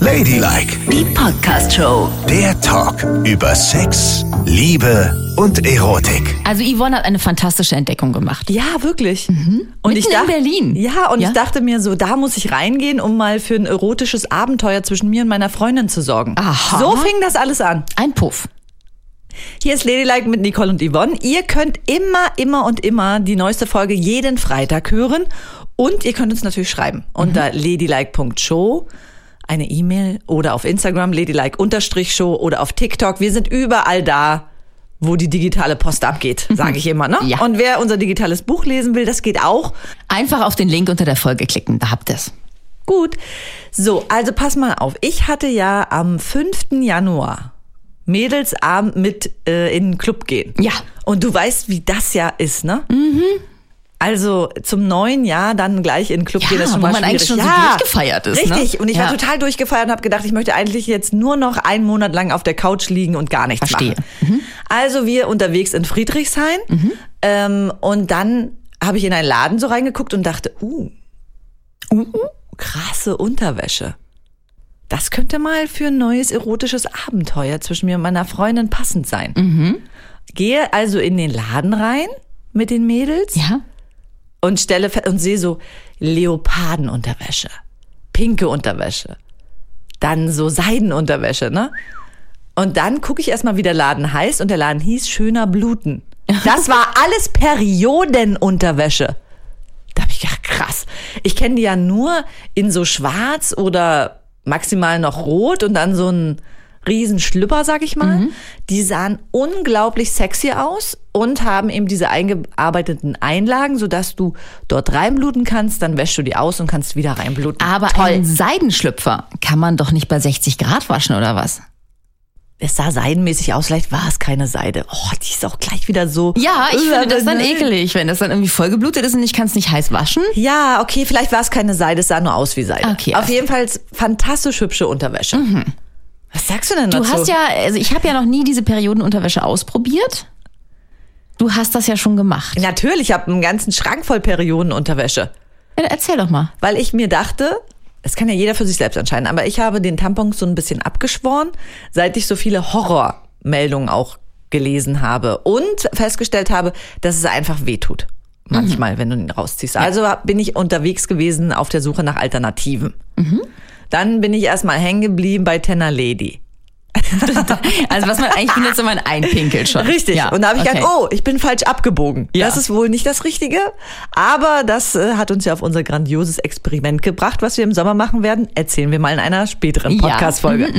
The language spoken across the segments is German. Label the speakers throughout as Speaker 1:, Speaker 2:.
Speaker 1: Ladylike,
Speaker 2: Die Podcast-Show.
Speaker 1: der Talk über Sex, Liebe und Erotik.
Speaker 3: Also Yvonne hat eine fantastische Entdeckung gemacht.
Speaker 4: Ja, wirklich. Und
Speaker 3: Mhm. Mitten in
Speaker 4: dach-
Speaker 3: Berlin.
Speaker 4: Ja, und
Speaker 3: Ja?
Speaker 4: ich dachte mir so, da muss ich reingehen, um mal für ein erotisches Abenteuer zwischen mir und meiner Freundin zu sorgen.
Speaker 3: Aha.
Speaker 4: So fing das alles an.
Speaker 3: Ein Puff.
Speaker 4: Hier ist Ladylike mit Nicole und Yvonne. Ihr könnt immer, immer und immer die neueste Folge jeden Freitag hören. Und ihr könnt uns natürlich schreiben
Speaker 3: Mhm.
Speaker 4: unter ladylike.show, eine E-Mail oder auf Instagram ladylike-show oder auf TikTok. Wir sind überall da, wo die digitale Post abgeht, sage ich immer. Ne?
Speaker 3: Ja.
Speaker 4: Und wer unser digitales Buch lesen will, das geht auch.
Speaker 3: Einfach auf den Link unter der Folge klicken, da habt ihr's.
Speaker 4: Gut. So, also pass mal auf. Ich hatte ja am 5. Januar Mädelsabend mit äh, in den Club gehen.
Speaker 3: Ja.
Speaker 4: Und du weißt, wie das ja ist, ne? Mhm. Also zum neuen Jahr dann gleich in den Club
Speaker 3: Ja,
Speaker 4: gehen, das ist schon
Speaker 3: wo
Speaker 4: mal
Speaker 3: man
Speaker 4: schwierig.
Speaker 3: eigentlich schon so durchgefeiert ist, ne?
Speaker 4: Richtig. Und ich war
Speaker 3: Ja.
Speaker 4: total durchgefeiert und habe gedacht, ich möchte eigentlich jetzt nur noch einen Monat lang auf der Couch liegen und gar nichts
Speaker 3: Verstehe.
Speaker 4: machen. Also wir unterwegs in Friedrichshain ähm, und dann habe ich in einen Laden so reingeguckt und dachte, uh, krasse Unterwäsche. Das könnte mal für ein neues erotisches Abenteuer zwischen mir und meiner Freundin passend sein. Gehe also in den Laden rein mit den Mädels
Speaker 3: Ja?
Speaker 4: und stelle fe- und sehe so Leopardenunterwäsche, pinke Unterwäsche, dann so Seidenunterwäsche, ne? Und dann gucke ich erstmal, wie der Laden heißt und der Laden hieß Schöner Bluten. Das war alles Periodenunterwäsche. Da habe ich gedacht, krass. Ich kenne die ja nur in so schwarz oder maximal noch rot und dann so ein riesen Schlüpper, sag ich mal. Die sahen unglaublich sexy aus und haben eben diese eingearbeiteten Einlagen, sodass du dort reinbluten kannst, dann wäschst du die aus und kannst wieder reinbluten.
Speaker 3: Aber
Speaker 4: Toll.
Speaker 3: einen Seidenschlüpfer kann man doch nicht bei 60 Grad waschen, oder was?
Speaker 4: Es sah seidenmäßig aus, vielleicht war es keine Seide. Oh, die ist auch gleich wieder so.
Speaker 3: Ja, ich
Speaker 4: Äh,
Speaker 3: finde das dann
Speaker 4: nein.
Speaker 3: ekelig, wenn das dann irgendwie vollgeblutet ist und ich kann es nicht heiß waschen.
Speaker 4: Ja, okay, vielleicht war es keine Seide, es sah nur aus wie Seide.
Speaker 3: Okay,
Speaker 4: Auf
Speaker 3: also- Mhm.
Speaker 4: jeden Fall fantastisch hübsche Unterwäsche. Was sagst du denn
Speaker 3: Du
Speaker 4: dazu?
Speaker 3: hast ja, also ich habe ja noch nie diese Periodenunterwäsche ausprobiert. Du hast das ja schon gemacht.
Speaker 4: Natürlich, ich habe einen ganzen Schrank voll Periodenunterwäsche.
Speaker 3: Ja, Erzähl doch mal.
Speaker 4: Weil ich mir dachte, es kann ja jeder für sich selbst entscheiden, aber ich habe den Tampon so ein bisschen abgeschworen, seit ich so viele Horrormeldungen auch gelesen habe und festgestellt habe, dass es einfach wehtut. Manchmal, wenn du ihn rausziehst. Also bin ich unterwegs gewesen auf der Suche nach Alternativen. Dann bin ich erstmal hängen geblieben bei Tenor Lady.
Speaker 3: Also was man eigentlich benutzt, wenn man einpinkelt schon.
Speaker 4: Richtig.
Speaker 3: Ja,
Speaker 4: und da habe ich
Speaker 3: okay.
Speaker 4: gedacht, oh, ich bin falsch abgebogen.
Speaker 3: Ja.
Speaker 4: Das ist wohl nicht das Richtige. Aber das äh, hat uns ja auf unser grandioses Experiment gebracht, was wir im Sommer machen werden. Erzählen wir mal in einer späteren
Speaker 3: Ja. Mhm,
Speaker 4: Podcast-Folge.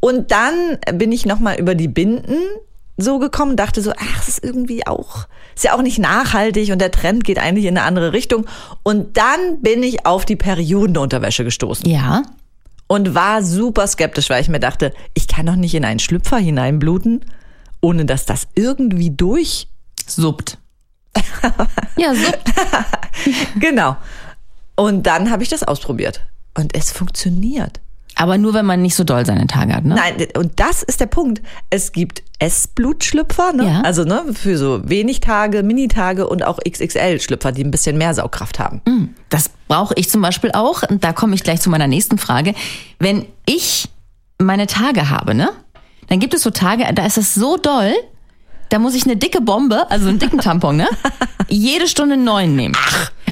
Speaker 4: und dann bin ich nochmal über die Binden so gekommen, dachte so, ach, es ist irgendwie auch, ist ja auch nicht nachhaltig und der Trend geht eigentlich in eine andere Richtung. Und dann bin ich auf die Periodenunterwäsche gestoßen
Speaker 3: Ja.
Speaker 4: und war super skeptisch, weil ich mir dachte, ich kann doch nicht in einen Schlüpfer hineinbluten, ohne dass das irgendwie durch.
Speaker 3: Suppt. ja, suppt.
Speaker 4: Genau. Und dann habe ich das ausprobiert. Und es funktioniert.
Speaker 3: Aber nur, wenn man nicht so doll seine Tage hat, ne?
Speaker 4: Nein, und das ist der Punkt. Es gibt S-Blutschlüpfer, ne?
Speaker 3: Ja.
Speaker 4: also ne, für so wenig Tage, Minitage und auch XXL-Schlüpfer, die ein bisschen mehr Saugkraft haben.
Speaker 3: Das brauche ich zum Beispiel auch. Und da komme ich gleich zu meiner nächsten Frage. Wenn ich meine Tage habe, ne? Dann gibt es so Tage, da ist es so doll, da muss ich eine dicke Bombe, also einen dicken Tampon, ne? Jede Stunde einen neuen nehmen.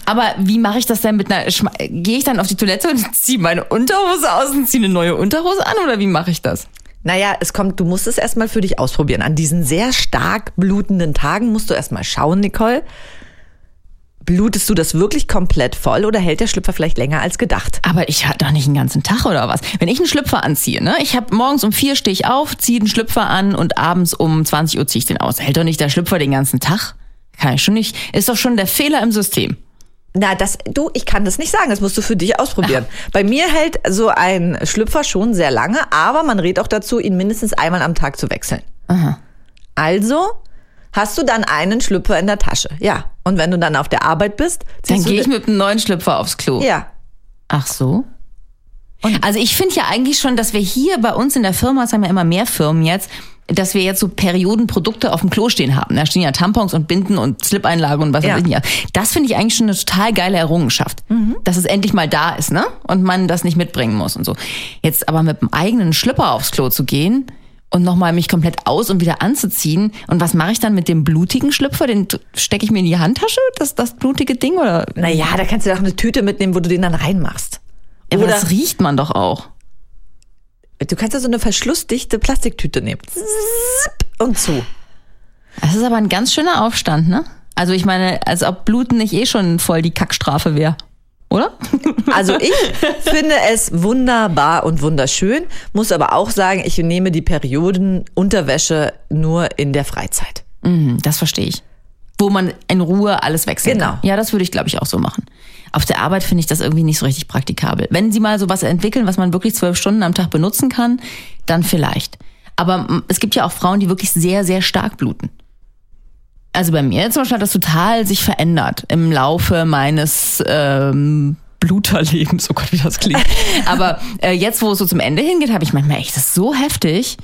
Speaker 3: Aber wie mache ich das denn mit einer Schma- Gehe ich dann auf die Toilette und ziehe meine Unterhose aus und ziehe eine neue Unterhose an oder wie mache ich das?
Speaker 4: Naja, es kommt, du musst es erstmal für dich ausprobieren. An diesen sehr stark blutenden Tagen musst du erstmal schauen, Nicole. Blutest du das wirklich komplett voll oder hält der Schlüpfer vielleicht länger als gedacht?
Speaker 3: Aber ich hatte doch nicht einen ganzen Tag oder was. Wenn ich einen Schlüpfer anziehe, ne? Ich habe morgens um vier stehe ich auf, ziehe den Schlüpfer an und abends um 20 Uhr ziehe ich den aus. Hält doch nicht der Schlüpfer den ganzen Tag? Kann ich schon nicht. Ist doch schon der Fehler im System.
Speaker 4: Na, das, du, ich kann das nicht sagen. Das musst du für dich ausprobieren. Bei mir hält so ein Schlüpfer schon sehr lange, aber man rät auch dazu, ihn mindestens einmal am Tag zu wechseln. Also hast du dann einen Schlüpfer in der Tasche. Ja. Und wenn du dann auf der Arbeit bist,
Speaker 3: Dann
Speaker 4: ziehst
Speaker 3: gehe
Speaker 4: du
Speaker 3: ich mit einem neuen Schlüpfer aufs Klo.
Speaker 4: ja.
Speaker 3: Ach so. also ich finde ja eigentlich schon, dass wir hier bei uns in der Firma, es haben ja immer mehr Firmen jetzt, dass wir jetzt so Periodenprodukte auf dem Klo stehen haben. Da stehen ja Tampons und Binden und Slip-Einlage und was
Speaker 4: Ja.
Speaker 3: weiß ich nicht. Das finde ich eigentlich schon eine total geile Errungenschaft,
Speaker 4: Mhm.
Speaker 3: dass es endlich mal da ist, ne? Und man das nicht mitbringen muss und so. Jetzt aber mit dem eigenen Schlüpper aufs Klo zu gehen und nochmal mich komplett aus und wieder anzuziehen. Und was mache ich dann mit dem blutigen Schlüpfer? Den stecke ich mir in die Handtasche, das, das blutige Ding? Oder?
Speaker 4: Naja, da kannst du doch eine Tüte mitnehmen, wo du den dann reinmachst.
Speaker 3: Ja, aber
Speaker 4: Oder
Speaker 3: das riecht man doch auch.
Speaker 4: du kannst ja so eine verschlussdichte Plastiktüte nehmen. Zzzp Und zu.
Speaker 3: Das ist aber ein ganz schöner Aufstand, ne? Also ich meine, als ob Bluten nicht eh schon voll die Kackstrafe wäre. Oder?
Speaker 4: Also ich finde es wunderbar und wunderschön, muss aber auch sagen, ich nehme die Periodenunterwäsche nur in der Freizeit.
Speaker 3: Mhm, das verstehe ich. Wo man in Ruhe alles wechseln
Speaker 4: Genau.
Speaker 3: kann. Ja, das würde ich, glaube ich, auch so machen. Auf der Arbeit finde ich das irgendwie nicht so richtig praktikabel. Wenn sie mal sowas entwickeln, was man wirklich zwölf Stunden am Tag benutzen kann, dann vielleicht. Aber mm, es gibt ja auch Frauen, die wirklich sehr, sehr stark bluten. Also bei mir zum Beispiel hat das total sich verändert im Laufe meines ähm, Bluterlebens, oh Gott, wie das klingt. Aber äh, jetzt, wo es so zum Ende hingeht, habe ich manchmal echt, das ist so heftig.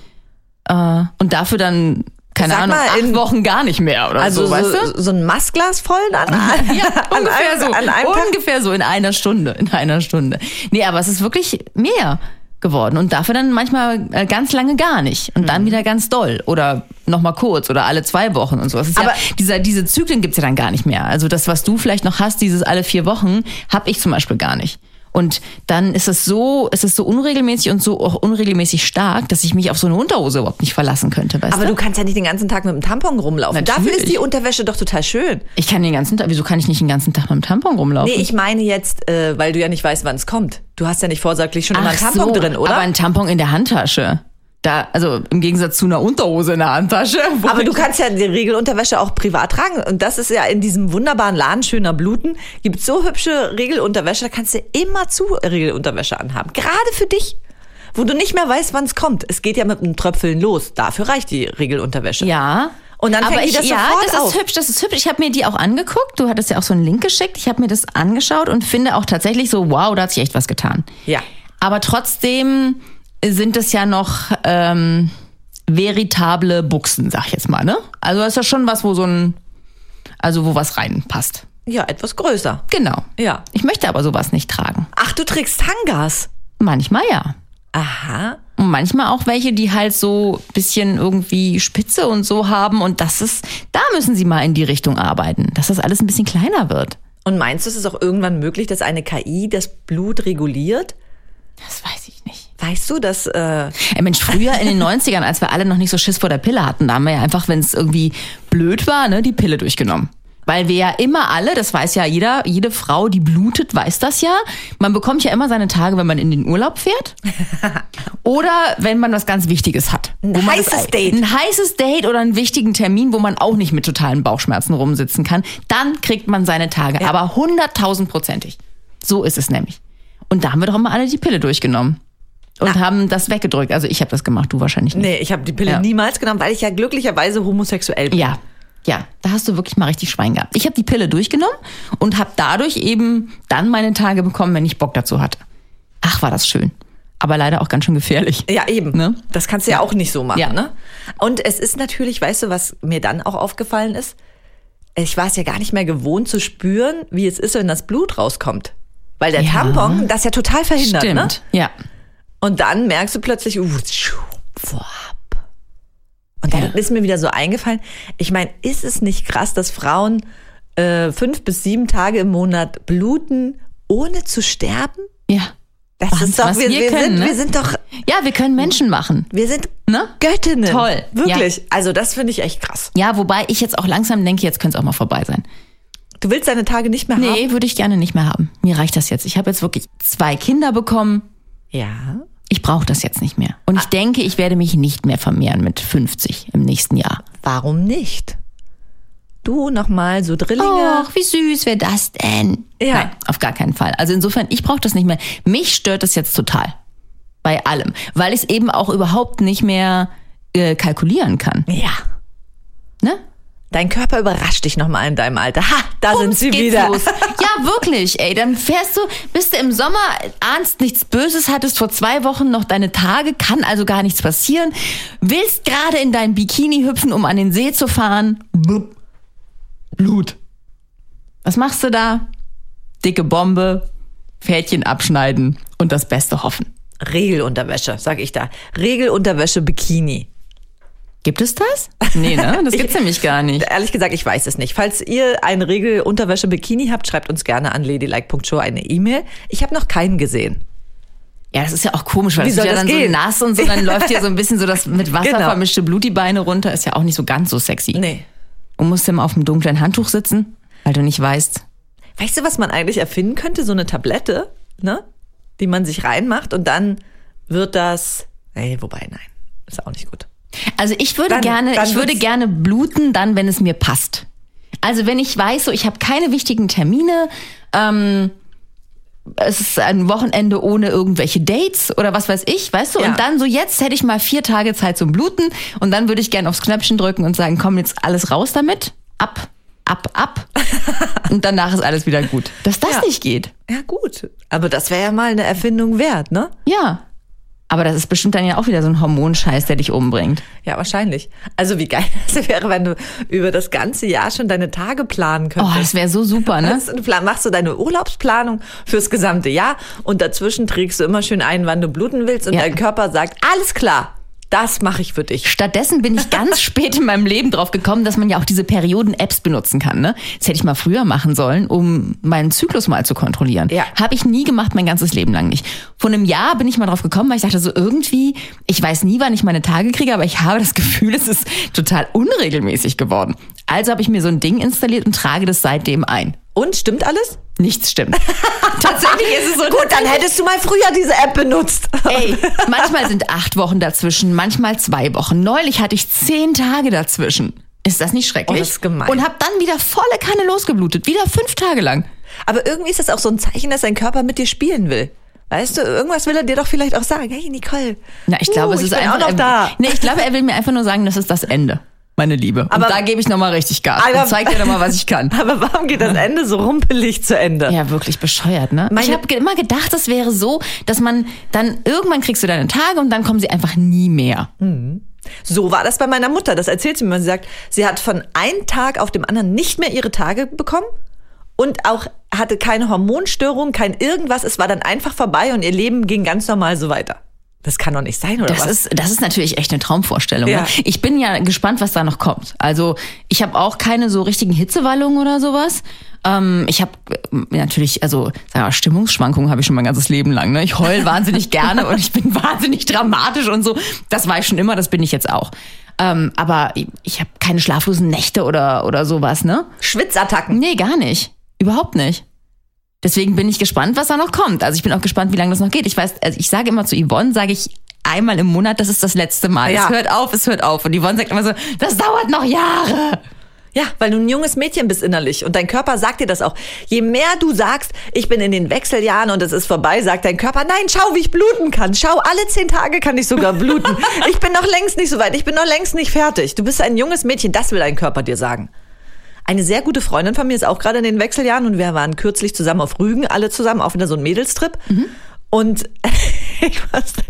Speaker 3: Äh, und dafür dann, keine
Speaker 4: Sag
Speaker 3: Ahnung,
Speaker 4: mal,
Speaker 3: acht
Speaker 4: in-
Speaker 3: Wochen gar nicht mehr oder so,
Speaker 4: Also so,
Speaker 3: weißt du?
Speaker 4: so, ein Maßglas voll an, an,
Speaker 3: Ja,
Speaker 4: an
Speaker 3: ungefähr
Speaker 4: einem,
Speaker 3: so.
Speaker 4: an einem Tag.
Speaker 3: ungefähr so in einer Stunde, in einer Stunde. Nee, aber es ist wirklich mehr geworden und dafür dann manchmal äh, ganz lange gar nicht und
Speaker 4: Mhm.
Speaker 3: dann wieder ganz doll oder nochmal kurz oder alle zwei Wochen und so. Es Ist ja,
Speaker 4: Aber-
Speaker 3: dieser, diese Zyklen gibt's ja dann gar nicht mehr. Also das, was du vielleicht noch hast, dieses alle vier Wochen, habe ich zum Beispiel gar nicht. Und dann ist es so, es ist so unregelmäßig und so auch unregelmäßig stark, dass ich mich auf so eine Unterhose überhaupt nicht verlassen könnte. Weißt
Speaker 4: Aber
Speaker 3: du?
Speaker 4: du kannst ja nicht den ganzen Tag mit dem Tampon rumlaufen. Dafür
Speaker 3: Natürlich.
Speaker 4: ist die Unterwäsche doch total schön.
Speaker 3: ich kann den ganzen Tag, wieso kann ich nicht den ganzen Tag mit dem Tampon rumlaufen?
Speaker 4: Nee, ich meine jetzt, äh, weil du ja nicht weißt, wann es kommt. Du hast ja nicht vorsorglich schon immer einen
Speaker 3: Ach
Speaker 4: Tampon
Speaker 3: so,
Speaker 4: drin, oder?
Speaker 3: Aber ein Tampon in der Handtasche. Da, also im Gegensatz zu einer Unterhose in der Handtasche. wo
Speaker 4: Aber du
Speaker 3: ich-
Speaker 4: kannst ja die Regelunterwäsche auch privat tragen. Und das ist ja in diesem wunderbaren Laden schöner Bluten. Gibt so hübsche Regelunterwäsche, da kannst du immer zu Regelunterwäsche anhaben. Gerade für dich, wo du nicht mehr weißt, wann es kommt. Es geht ja mit einem Tröpfeln los. Dafür reicht die Regelunterwäsche.
Speaker 3: Ja.
Speaker 4: Und dann
Speaker 3: aber
Speaker 4: fängt die
Speaker 3: ich,
Speaker 4: das
Speaker 3: ja,
Speaker 4: sofort
Speaker 3: das
Speaker 4: auf.
Speaker 3: ist hübsch, das ist hübsch. Ich habe mir die auch angeguckt. Du hattest ja auch so einen Link geschickt. Ich habe mir das angeschaut und finde auch tatsächlich so, wow, da hat sich echt was getan.
Speaker 4: Ja.
Speaker 3: Aber trotzdem sind es ja noch ähm, veritable Buchsen, sag ich jetzt mal. Ne? Also das ist ja schon was, wo so ein, also wo was reinpasst.
Speaker 4: Ja, etwas größer.
Speaker 3: Genau.
Speaker 4: Ja.
Speaker 3: Ich möchte aber sowas nicht tragen.
Speaker 4: Ach, du trägst Tangas.
Speaker 3: Manchmal ja.
Speaker 4: Aha.
Speaker 3: Und manchmal auch welche, die halt so ein bisschen irgendwie Spitze und so haben. Und das ist, da müssen sie mal in die Richtung arbeiten, dass das alles ein bisschen kleiner wird.
Speaker 4: Und meinst du, es ist auch irgendwann möglich, dass eine KI das Blut reguliert?
Speaker 3: Das weiß ich nicht.
Speaker 4: Weißt du, dass äh,
Speaker 3: Ey Mensch, früher in den 90ern, als wir alle noch nicht so Schiss vor der Pille hatten, da haben wir ja einfach, wenn es irgendwie blöd war, ne, die Pille durchgenommen. Weil wir ja immer alle, das weiß ja jeder, jede Frau, die blutet, weiß das ja. Man bekommt ja immer seine Tage, wenn man in den Urlaub fährt. Oder wenn man was ganz Wichtiges hat.
Speaker 4: Ein
Speaker 3: Wo man
Speaker 4: heißes
Speaker 3: das-
Speaker 4: Date.
Speaker 3: Ein heißes Date oder einen wichtigen Termin, wo man auch nicht mit totalen Bauchschmerzen rumsitzen kann. Dann kriegt man seine Tage. Aber hunderttausendprozentig. So ist es nämlich. Und da haben wir doch immer alle die Pille durchgenommen. Und haben das weggedrückt. Also ich habe das gemacht, du wahrscheinlich nicht.
Speaker 4: Nee, ich habe die Pille
Speaker 3: Ja.
Speaker 4: niemals genommen, weil ich ja glücklicherweise homosexuell bin.
Speaker 3: Ja, ja, da hast du wirklich mal richtig Schwein gehabt. Ich habe die Pille durchgenommen und habe dadurch eben dann meine Tage bekommen, wenn ich Bock dazu hatte. Ach, war das schön. Aber leider auch ganz schön gefährlich.
Speaker 4: Ja, eben.
Speaker 3: Ne?
Speaker 4: Das kannst du ja auch nicht so machen.
Speaker 3: Ja.
Speaker 4: Ne? Und es ist natürlich, weißt du, was mir dann auch aufgefallen ist? Ich war es ja gar nicht mehr gewohnt zu spüren, wie es ist, wenn das Blut rauskommt. Weil der
Speaker 3: Ja.
Speaker 4: Tampon das ja total verhindert.
Speaker 3: Stimmt.
Speaker 4: Ne?
Speaker 3: Ja.
Speaker 4: Und dann merkst du plötzlich, uh, tschu, vorab. Und dann ist mir wieder so eingefallen, ich meine, ist es nicht krass, dass Frauen äh, fünf bis sieben Tage im Monat bluten, ohne zu sterben?
Speaker 3: Ja.
Speaker 4: Das
Speaker 3: Wahnsinn,
Speaker 4: ist doch,
Speaker 3: was
Speaker 4: wir,
Speaker 3: wir
Speaker 4: wir,
Speaker 3: können,
Speaker 4: sind,
Speaker 3: ne?
Speaker 4: wir sind doch,
Speaker 3: Ja, wir können Menschen machen.
Speaker 4: wir sind
Speaker 3: Ne?
Speaker 4: Göttinnen.
Speaker 3: Toll,
Speaker 4: Wirklich. Also das finde ich echt krass.
Speaker 3: Ja, wobei ich jetzt auch langsam denke, jetzt könnte es auch mal vorbei sein.
Speaker 4: Du willst deine Tage nicht mehr haben?
Speaker 3: Nee, würde ich gerne nicht mehr haben. Mir reicht das jetzt. Ich habe jetzt wirklich zwei Kinder bekommen.
Speaker 4: Ja.
Speaker 3: Ich brauche das jetzt nicht mehr. Und ich denke, ich werde mich nicht mehr vermehren mit 50 im nächsten Jahr.
Speaker 4: Warum nicht? Du nochmal so Drillinge.
Speaker 3: Och, wie süß wäre das denn?
Speaker 4: Ja.
Speaker 3: Nein, auf gar keinen Fall. Also insofern, ich brauche das nicht mehr. Mich stört das jetzt total. Bei allem. Weil ich es eben auch überhaupt nicht mehr äh, kalkulieren kann.
Speaker 4: Ja.
Speaker 3: Ne?
Speaker 4: Dein Körper überrascht dich nochmal in deinem Alter. Ha, da sind
Speaker 3: Bums,
Speaker 4: sie
Speaker 3: geht's
Speaker 4: wieder.
Speaker 3: los. Ja, wirklich, ey. Dann fährst du, bist du im Sommer, ahnst nichts Böses, hattest vor zwei Wochen noch deine Tage, kann also gar nichts passieren, willst gerade in dein Bikini hüpfen, um an den See zu fahren. Blub. Blut. Was machst du da? Dicke Bombe, Fädchen abschneiden und das Beste hoffen.
Speaker 4: Regelunterwäsche, sag ich da. Regelunterwäsche Bikini.
Speaker 3: Gibt es das? Nee, ne? Das gibt's nämlich gar nicht.
Speaker 4: Ehrlich gesagt, ich weiß es nicht. Falls ihr eine Regelunterwäsche Bikini habt, schreibt uns gerne an ladylike.show eine E-Mail. Ich habe noch keinen gesehen.
Speaker 3: Ja, das ist ja auch komisch, weil
Speaker 4: Wie
Speaker 3: das
Speaker 4: soll
Speaker 3: ist ja
Speaker 4: das
Speaker 3: dann
Speaker 4: gehen?
Speaker 3: so nass und so, dann läuft ja so ein bisschen so das mit Wasser
Speaker 4: Genau.
Speaker 3: vermischte Blut die Beine runter, ist ja auch nicht so ganz so sexy.
Speaker 4: Nee.
Speaker 3: Und musst immer auf dem dunklen Handtuch sitzen, weil du nicht weißt.
Speaker 4: Weißt du, was man eigentlich erfinden könnte? So eine Tablette, ne? Die man sich reinmacht und dann wird das. Nee, wobei, nein. Ist auch nicht gut.
Speaker 3: Also ich würde
Speaker 4: Dann-
Speaker 3: gerne,
Speaker 4: dann
Speaker 3: ich würde
Speaker 4: wird's-
Speaker 3: gerne bluten, dann wenn es mir passt. Also wenn ich weiß, so ich habe keine wichtigen Termine, ähm, es ist ein Wochenende ohne irgendwelche Dates oder was weiß ich, weißt du?
Speaker 4: Ja.
Speaker 3: Und dann so jetzt hätte ich mal vier Tage Zeit zum Bluten und dann würde ich gerne aufs Knöpfchen drücken und sagen, komm jetzt alles raus damit, ab, ab, ab und danach ist alles wieder gut. Dass das
Speaker 4: Ja.
Speaker 3: nicht geht,
Speaker 4: Ja, gut. Aber das wäre ja mal eine Erfindung wert, ne?
Speaker 3: ja. Aber das ist bestimmt dann ja auch wieder so ein Hormonscheiß, der dich umbringt.
Speaker 4: Ja, wahrscheinlich. Also, wie geil das wäre, wenn du über das ganze Jahr schon deine Tage
Speaker 3: Oh,
Speaker 4: planen könntest.
Speaker 3: das wäre so super, ne?
Speaker 4: Hast- pla- Machst du deine Urlaubsplanung fürs gesamte Jahr und dazwischen trägst du immer schön ein, wann du bluten willst und
Speaker 3: Ja.
Speaker 4: dein Körper sagt, alles klar, das mache ich für dich.
Speaker 3: Stattdessen bin ich ganz spät in meinem Leben drauf gekommen, dass man ja auch diese Perioden-Apps benutzen kann. Ne? Das hätte ich mal früher machen sollen, um meinen Zyklus mal zu kontrollieren.
Speaker 4: Ja.
Speaker 3: Habe ich nie gemacht, mein ganzes Leben lang nicht. Vor einem Jahr bin ich mal drauf gekommen, weil ich dachte so irgendwie, ich weiß nie, wann ich meine Tage kriege, aber ich habe das Gefühl, es ist total unregelmäßig geworden. Also habe ich mir so ein Ding installiert und trage das seitdem ein.
Speaker 4: Und stimmt alles?
Speaker 3: Nichts stimmt. Tatsächlich ist es so.
Speaker 4: Gut, dann hättest du mal früher diese App benutzt.
Speaker 3: Ey, manchmal sind acht Wochen dazwischen, manchmal zwei Wochen. Neulich hatte ich zehn Tage dazwischen. Ist das nicht schrecklich?
Speaker 4: Oh, das ist gemein.
Speaker 3: Und hab dann wieder volle Kanne losgeblutet. Wieder fünf Tage lang.
Speaker 4: Aber irgendwie ist das auch so ein Zeichen, dass dein Körper mit dir spielen will. Weißt du, irgendwas will er dir doch vielleicht auch sagen. Hey, Nicole.
Speaker 3: Na, ich glaube,
Speaker 4: uh,
Speaker 3: es
Speaker 4: ich
Speaker 3: ist
Speaker 4: bin
Speaker 3: einfach.
Speaker 4: auch noch da.
Speaker 3: Er, nee, ich glaube, er will mir einfach nur sagen, das ist das Ende. Meine Liebe. Aber
Speaker 4: Aber-
Speaker 3: und da gebe ich nochmal richtig Gas.
Speaker 4: Aber-
Speaker 3: und zeig dir nochmal, was ich kann.
Speaker 4: Aber warum geht das Ende so rumpelig zu Ende?
Speaker 3: ne? Ja, wirklich bescheuert, ne?
Speaker 4: Meine-
Speaker 3: ich habe immer gedacht, es wäre so, dass man dann irgendwann kriegst du deine Tage und dann kommen sie einfach nie mehr.
Speaker 4: So war das bei meiner Mutter. Das erzählt sie mir. Sie sagt, sie hat von einem Tag auf dem anderen nicht mehr ihre Tage bekommen und auch hatte keine Hormonstörung, kein irgendwas. Es war dann einfach vorbei und ihr Leben ging ganz normal so weiter. Das kann doch nicht sein, oder
Speaker 3: Das
Speaker 4: was?
Speaker 3: ist, das ist natürlich echt eine Traumvorstellung.
Speaker 4: Ja.
Speaker 3: Ne? Ich bin ja gespannt, was da noch kommt. Also ich habe auch keine so richtigen Hitzewallungen oder sowas. Ähm, ich habe natürlich, also sagen wir, mal, Stimmungsschwankungen habe ich schon mein ganzes Leben lang. Ne? Ich heul wahnsinnig gerne und ich bin wahnsinnig dramatisch und so. Das war ich schon immer, das bin ich jetzt auch. Ähm, aber ich, ich habe keine schlaflosen Nächte oder, oder sowas, ne?
Speaker 4: Schwitzattacken.
Speaker 3: Nee, gar nicht. Überhaupt nicht. Deswegen bin ich gespannt, was da noch kommt. Also ich bin auch gespannt, wie lange das noch geht. Ich weiß, also ich sage immer zu Yvonne, sage ich einmal im Monat, das ist das letzte Mal.
Speaker 4: Ja.
Speaker 3: Es hört auf, es hört auf. Und Yvonne sagt immer so, das dauert noch Jahre.
Speaker 4: Ja, weil du ein junges Mädchen bist innerlich und dein Körper sagt dir das auch. Je mehr du sagst, ich bin in den Wechseljahren und es ist vorbei, sagt dein Körper, nein, schau, wie ich bluten kann. Schau, alle zehn Tage kann ich sogar bluten. Ich bin noch längst nicht so weit. Ich bin noch längst nicht fertig. Du bist ein junges Mädchen. Das will dein Körper dir sagen. Eine sehr gute Freundin von mir ist auch gerade in den Wechseljahren und wir waren kürzlich zusammen auf Rügen, alle zusammen auf wieder so einen Mädelstrip. Und ich musste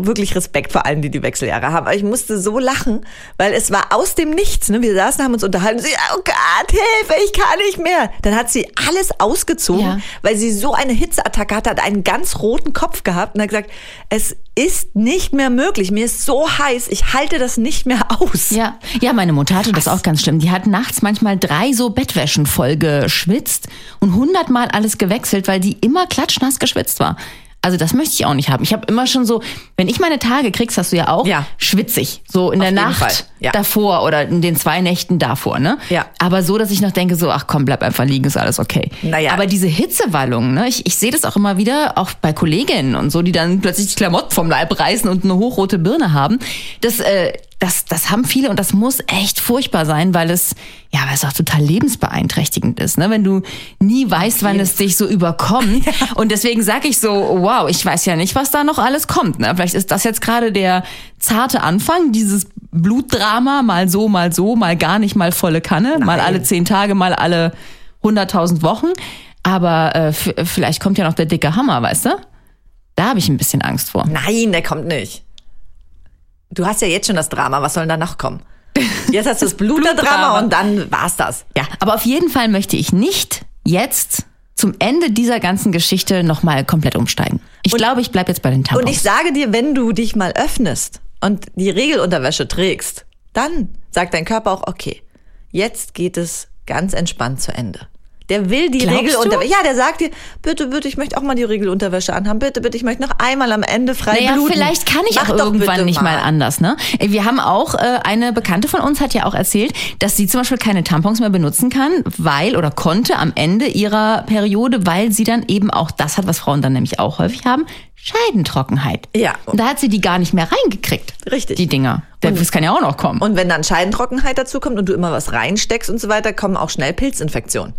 Speaker 4: wirklich Respekt vor allen, die die Wechseljahre haben. Aber ich musste so lachen, weil es war aus dem Nichts. Ne? Wir saßen, haben uns unterhalten. und Sie, oh Gott, Hilfe, ich kann nicht mehr. Dann hat sie alles ausgezogen,
Speaker 3: Ja.
Speaker 4: weil sie so eine Hitzeattacke hatte, hat einen ganz roten Kopf gehabt und hat gesagt, es ist nicht mehr möglich. Mir ist so heiß, ich halte das nicht mehr aus.
Speaker 3: Ja, ja, meine Mutter hatte das auch ganz schlimm. Die hat nachts manchmal drei so Bettwäschen voll geschwitzt und hundertmal alles gewechselt, weil die immer klatschnass geschwitzt war. Also das möchte ich auch nicht haben. Ich habe immer schon so, wenn ich meine Tage kriegst, hast du ja auch,
Speaker 4: Ja.
Speaker 3: schwitzig. So in der
Speaker 4: jeden Fall,
Speaker 3: Nacht
Speaker 4: ja.
Speaker 3: davor oder in den zwei Nächten davor, ne?
Speaker 4: Ja.
Speaker 3: Aber so, dass ich noch denke, so, ach komm, bleib einfach liegen, ist alles okay.
Speaker 4: Naja.
Speaker 3: Aber diese Hitzewallungen, ne? Ich, ich sehe das auch immer wieder, auch bei Kolleginnen und so, die dann plötzlich die Klamotten vom Leib reißen und eine hochrote Birne haben. Das, äh, das, das haben viele und das muss echt furchtbar sein, weil es, ja, weil es auch total lebensbeeinträchtigend ist, ne? Wenn du nie weißt, wann es dich so überkommt. Und deswegen sage ich so, wow, ich weiß ja nicht, was da noch alles kommt, ne? Vielleicht ist das jetzt gerade der zarte Anfang dieses Blutdrama, mal so, mal so, mal gar nicht, mal volle Kanne, mal alle zehn Tage, mal alle 100.000 Wochen. Aber äh, f- vielleicht kommt ja noch der dicke Hammer, weißt du? Da habe ich ein bisschen Angst vor.
Speaker 4: Nein, der kommt nicht. Du hast ja jetzt schon das Drama, was soll denn da noch kommen? Jetzt hast du das Blutdrama
Speaker 3: Blutdrama.
Speaker 4: und dann war's das.
Speaker 3: Ja, aber auf jeden Fall möchte ich nicht jetzt zum Ende dieser ganzen Geschichte nochmal komplett umsteigen. Ich glaube, ich bleibe jetzt bei den Tampons.
Speaker 4: Und ich sage dir, wenn du dich mal öffnest und die Regelunterwäsche trägst, dann sagt dein Körper auch, okay, jetzt geht es ganz entspannt zu Ende. Der will die
Speaker 3: Glaubst
Speaker 4: Regelunterwäsche. Ja, der sagt dir, bitte, bitte, ich möchte auch mal die Regelunterwäsche anhaben. Bitte, bitte, ich möchte noch einmal am Ende frei
Speaker 3: naja,
Speaker 4: bluten.
Speaker 3: vielleicht kann ich
Speaker 4: Mach
Speaker 3: auch
Speaker 4: doch bitte
Speaker 3: irgendwann nicht mal anders, ne? Wir haben auch, äh, eine Bekannte von uns hat ja auch erzählt, dass sie zum Beispiel keine Tampons mehr benutzen kann, weil oder konnte am Ende ihrer Periode, weil sie dann eben auch das hat, was Frauen dann nämlich auch häufig haben, Scheidentrockenheit.
Speaker 4: Ja.
Speaker 3: Und da hat sie die gar nicht mehr reingekriegt.
Speaker 4: Richtig.
Speaker 3: Die Dinger. Das kann ja auch noch kommen.
Speaker 4: Und wenn dann Scheidentrockenheit dazu kommt und du immer was reinsteckst und so weiter, kommen auch schnell Pilzinfektionen.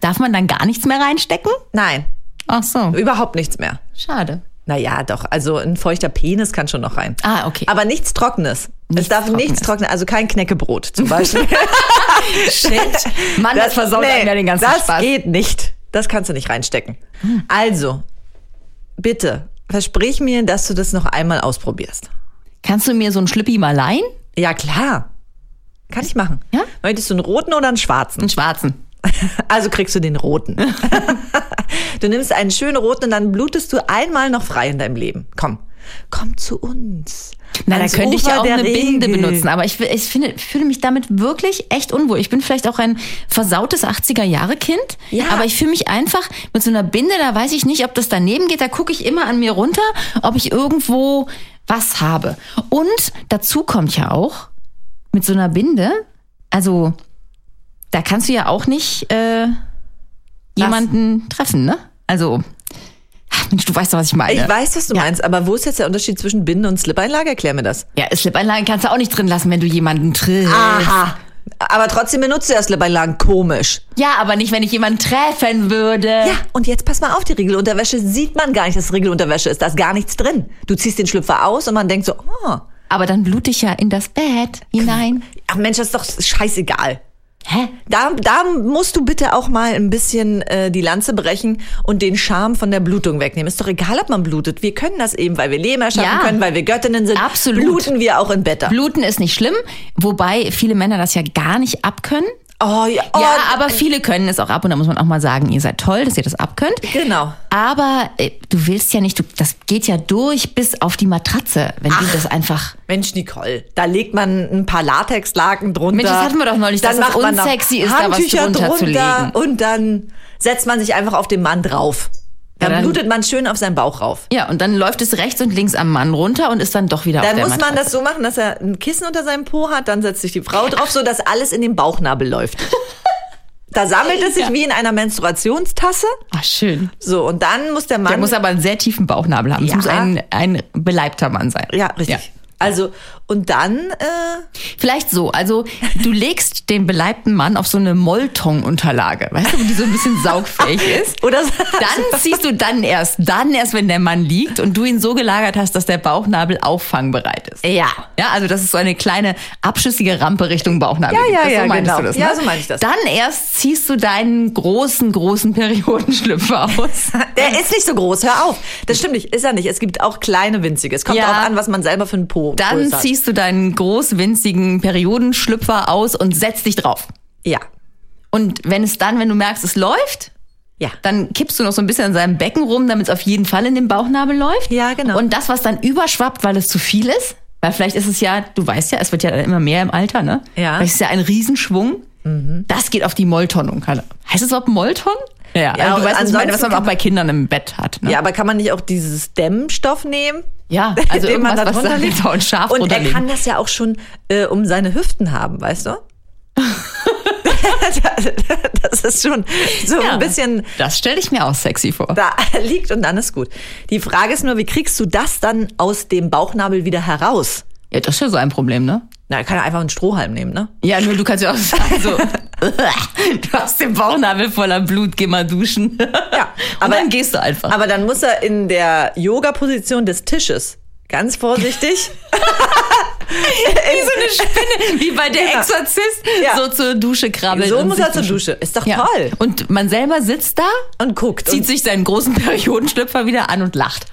Speaker 3: Darf man dann gar nichts mehr reinstecken?
Speaker 4: Nein,
Speaker 3: Ach so.
Speaker 4: überhaupt nichts mehr.
Speaker 3: Schade.
Speaker 4: Naja, doch. Also ein feuchter Penis kann schon noch rein.
Speaker 3: Ah, okay.
Speaker 4: Aber nichts Trockenes. es
Speaker 3: Nichts
Speaker 4: darf nichts
Speaker 3: Trockenes.
Speaker 4: Trockenes, also kein Knäckebrot zum Beispiel.
Speaker 3: Shit. Mann, das, versaut einem ja den ganzen
Speaker 4: das
Speaker 3: Spaß. Hm.
Speaker 4: geht nicht. Das kannst du nicht reinstecken. Also, bitte, versprich mir, dass du das noch einmal ausprobierst.
Speaker 3: Kannst du mir so einen Schlippi mal leihen?
Speaker 4: Ja, klar. Kann ich machen.
Speaker 3: Ja?
Speaker 4: Möchtest du einen roten oder einen schwarzen?
Speaker 3: Einen schwarzen.
Speaker 4: Also kriegst du den roten. du nimmst einen schönen roten und dann blutest du einmal noch frei in deinem Leben. Komm, komm zu uns.
Speaker 3: Na, da
Speaker 4: Ans
Speaker 3: könnte ich ja
Speaker 4: Ufer
Speaker 3: auch
Speaker 4: der
Speaker 3: eine Binde
Speaker 4: Regel.
Speaker 3: benutzen, aber ich, ich finde, fühle mich damit wirklich echt unwohl. Ich bin vielleicht auch ein versautes 80er-Jahre-Kind,
Speaker 4: Ja.
Speaker 3: aber ich fühle mich einfach mit so einer Binde, da weiß ich nicht, ob das daneben geht, da gucke ich immer an mir runter, ob ich irgendwo was habe. Und dazu kommt ja auch, mit so einer Binde, also da kannst du ja auch nicht äh, jemanden treffen, ne? Also, ach, Mensch, du weißt doch, was ich meine.
Speaker 4: Ich weiß, was du meinst, aber wo ist jetzt der Unterschied zwischen Binde und Slip-Einlage? Erklär mir das.
Speaker 3: Ja, Slip-Einlagen kannst du auch nicht drin lassen, wenn du jemanden triffst.
Speaker 4: Aha. Aber trotzdem benutzt du ja Slip-Einlagen komisch.
Speaker 3: Ja, aber nicht, wenn ich jemanden treffen würde.
Speaker 4: Ja, und jetzt pass mal auf, die Regelunterwäsche sieht man gar nicht, dass Regelunterwäsche ist. Da ist gar nichts drin. Du ziehst den Schlüpfer aus und man denkt so, oh,
Speaker 3: Aber dann blute ich ja in das Bett hinein.
Speaker 4: ach Mensch, das ist doch scheißegal.
Speaker 3: Hä?
Speaker 4: Da, da musst du bitte auch mal ein bisschen äh, die Lanze brechen und den Charme von der Blutung wegnehmen. Ist doch egal, ob man blutet. Wir können das eben, weil wir Leben erschaffen
Speaker 3: Ja.
Speaker 4: können, weil wir Göttinnen sind.
Speaker 3: Absolut.
Speaker 4: Bluten wir auch in Bett.
Speaker 3: Bluten ist nicht schlimm, wobei viele Männer das ja gar nicht abkönnen.
Speaker 4: Oh, ja, oh,
Speaker 3: Ja, aber viele können es auch ab und da muss man auch mal sagen, ihr seid toll, dass ihr das abkönnt.
Speaker 4: Genau.
Speaker 3: Aber äh, du willst ja nicht, du, das geht ja durch bis auf die Matratze, wenn du das einfach.
Speaker 4: Mensch, Nicole, da legt man ein paar Latexlaken drunter.
Speaker 3: Mensch, das hatten wir doch neulich,
Speaker 4: Dann
Speaker 3: dass es
Speaker 4: macht man noch
Speaker 3: unsexy ist, da was
Speaker 4: Handtücher
Speaker 3: drunter zu legen.
Speaker 4: Und dann setzt man sich einfach auf den Mann drauf. Dann,
Speaker 3: Ja, dann-
Speaker 4: blutet man schön auf seinen Bauch rauf.
Speaker 3: Ja, und dann läuft es rechts und links am Mann runter und ist dann doch wieder auf
Speaker 4: Dann
Speaker 3: der
Speaker 4: muss man
Speaker 3: Matratze.
Speaker 4: das so machen, dass er ein Kissen unter seinem Po hat, dann setzt sich die Frau drauf, so dass alles in den Bauchnabel läuft. Da sammelt es sich wie in einer Menstruationstasse.
Speaker 3: Ah, schön.
Speaker 4: So, und dann muss der Mann.
Speaker 3: Der muss aber einen sehr tiefen Bauchnabel haben. Es
Speaker 4: Ja.
Speaker 3: muss ein, ein beleibter Mann sein.
Speaker 4: ja, richtig. Also, und dann, äh,
Speaker 3: Vielleicht so. Also du legst den beleibten Mann auf so eine Molton-Unterlage, weißt du, die so ein bisschen saugfähig ist.
Speaker 4: oder
Speaker 3: Dann ziehst du dann erst, dann erst, wenn der Mann liegt und du ihn so gelagert hast, dass der Bauchnabel auffangbereit ist.
Speaker 4: Ja.
Speaker 3: Ja, also dass es so eine kleine abschüssige Rampe Richtung Bauchnabel
Speaker 4: Ja,
Speaker 3: gibt.
Speaker 4: ja,
Speaker 3: Das-
Speaker 4: ja,
Speaker 3: so meinst
Speaker 4: genau.
Speaker 3: du das,
Speaker 4: Ja,
Speaker 3: ne?
Speaker 4: so meine ich das.
Speaker 3: Dann erst ziehst du deinen großen, großen Periodenschlüpfer aus.
Speaker 4: Der ist nicht so groß, hör auf. Das stimmt nicht, ist er nicht. Es gibt auch kleine winzige. Es kommt
Speaker 3: Ja.
Speaker 4: darauf an, was man selber für einen Po
Speaker 3: Dann
Speaker 4: Größe hat.
Speaker 3: ziehst du deinen groß winzigen Periodenschlüpfer aus und setzt dich drauf.
Speaker 4: Ja.
Speaker 3: Und wenn es dann, wenn du merkst, es läuft,
Speaker 4: Ja.
Speaker 3: dann kippst du noch so ein bisschen an seinem Becken rum, damit es auf jeden Fall in den Bauchnabel läuft.
Speaker 4: Ja, genau.
Speaker 3: Und das, was dann überschwappt, weil es zu viel ist, weil vielleicht ist es ja, du weißt ja, es wird ja dann immer mehr im Alter, ne?
Speaker 4: Ja. Mhm.
Speaker 3: Vielleicht ist ja ein Riesenschwung. Das geht auf die Molton-Unterlage. Heißt es überhaupt Molton? Ja, also
Speaker 4: Ja,
Speaker 3: du weißt, was ich meine, was
Speaker 4: ansonsten
Speaker 3: man auch bei Kindern im Bett hat. Ne?
Speaker 4: genau- ja, aber kann man nicht auch dieses Dämmstoff nehmen?
Speaker 3: Ja, also
Speaker 4: den man
Speaker 3: irgendwas, was
Speaker 4: da drunter
Speaker 3: da
Speaker 4: legt?
Speaker 3: liegt und scharf
Speaker 4: Und er
Speaker 3: runterlegen.
Speaker 4: kann das ja auch schon äh, um seine Hüften haben, weißt du? das ist schon so
Speaker 3: ja.
Speaker 4: ein bisschen
Speaker 3: Das stelle ich mir auch sexy vor.
Speaker 4: da liegt und dann ist gut. Die Frage ist nur, wie kriegst du das dann aus dem Bauchnabel wieder heraus?
Speaker 3: Ja, das ist ja so ein Problem, ne?
Speaker 4: Na, er kann ja einfach einen Strohhalm nehmen, ne?
Speaker 3: Ja, nur du kannst ja auch sagen, so, du hast den Bauchnabel voller Blut, geh mal duschen.
Speaker 4: Ja,
Speaker 3: aber
Speaker 4: aber-
Speaker 3: Und dann gehst du einfach.
Speaker 4: Aber dann muss er in der Yoga-Position des Tisches ganz vorsichtig
Speaker 3: Wie so eine Spinne, wie bei der Exorzist,
Speaker 4: Ja.
Speaker 3: so zur Dusche krabbelt.
Speaker 4: So
Speaker 3: und
Speaker 4: muss
Speaker 3: sich
Speaker 4: er zur
Speaker 3: duschen.
Speaker 4: Dusche. Ist doch
Speaker 3: Ja.
Speaker 4: toll.
Speaker 3: Und man selber sitzt da,
Speaker 4: Und guckt.
Speaker 3: zieht sich seinen großen Periodenschlüpfer wieder an und lacht.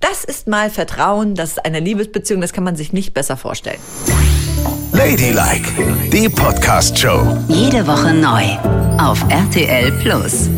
Speaker 4: Das ist mal Vertrauen, das ist eine Liebesbeziehung, das kann man sich nicht besser vorstellen.
Speaker 1: Ladylike, die Podcast-Show.
Speaker 2: Jede Woche neu auf RTL Plus.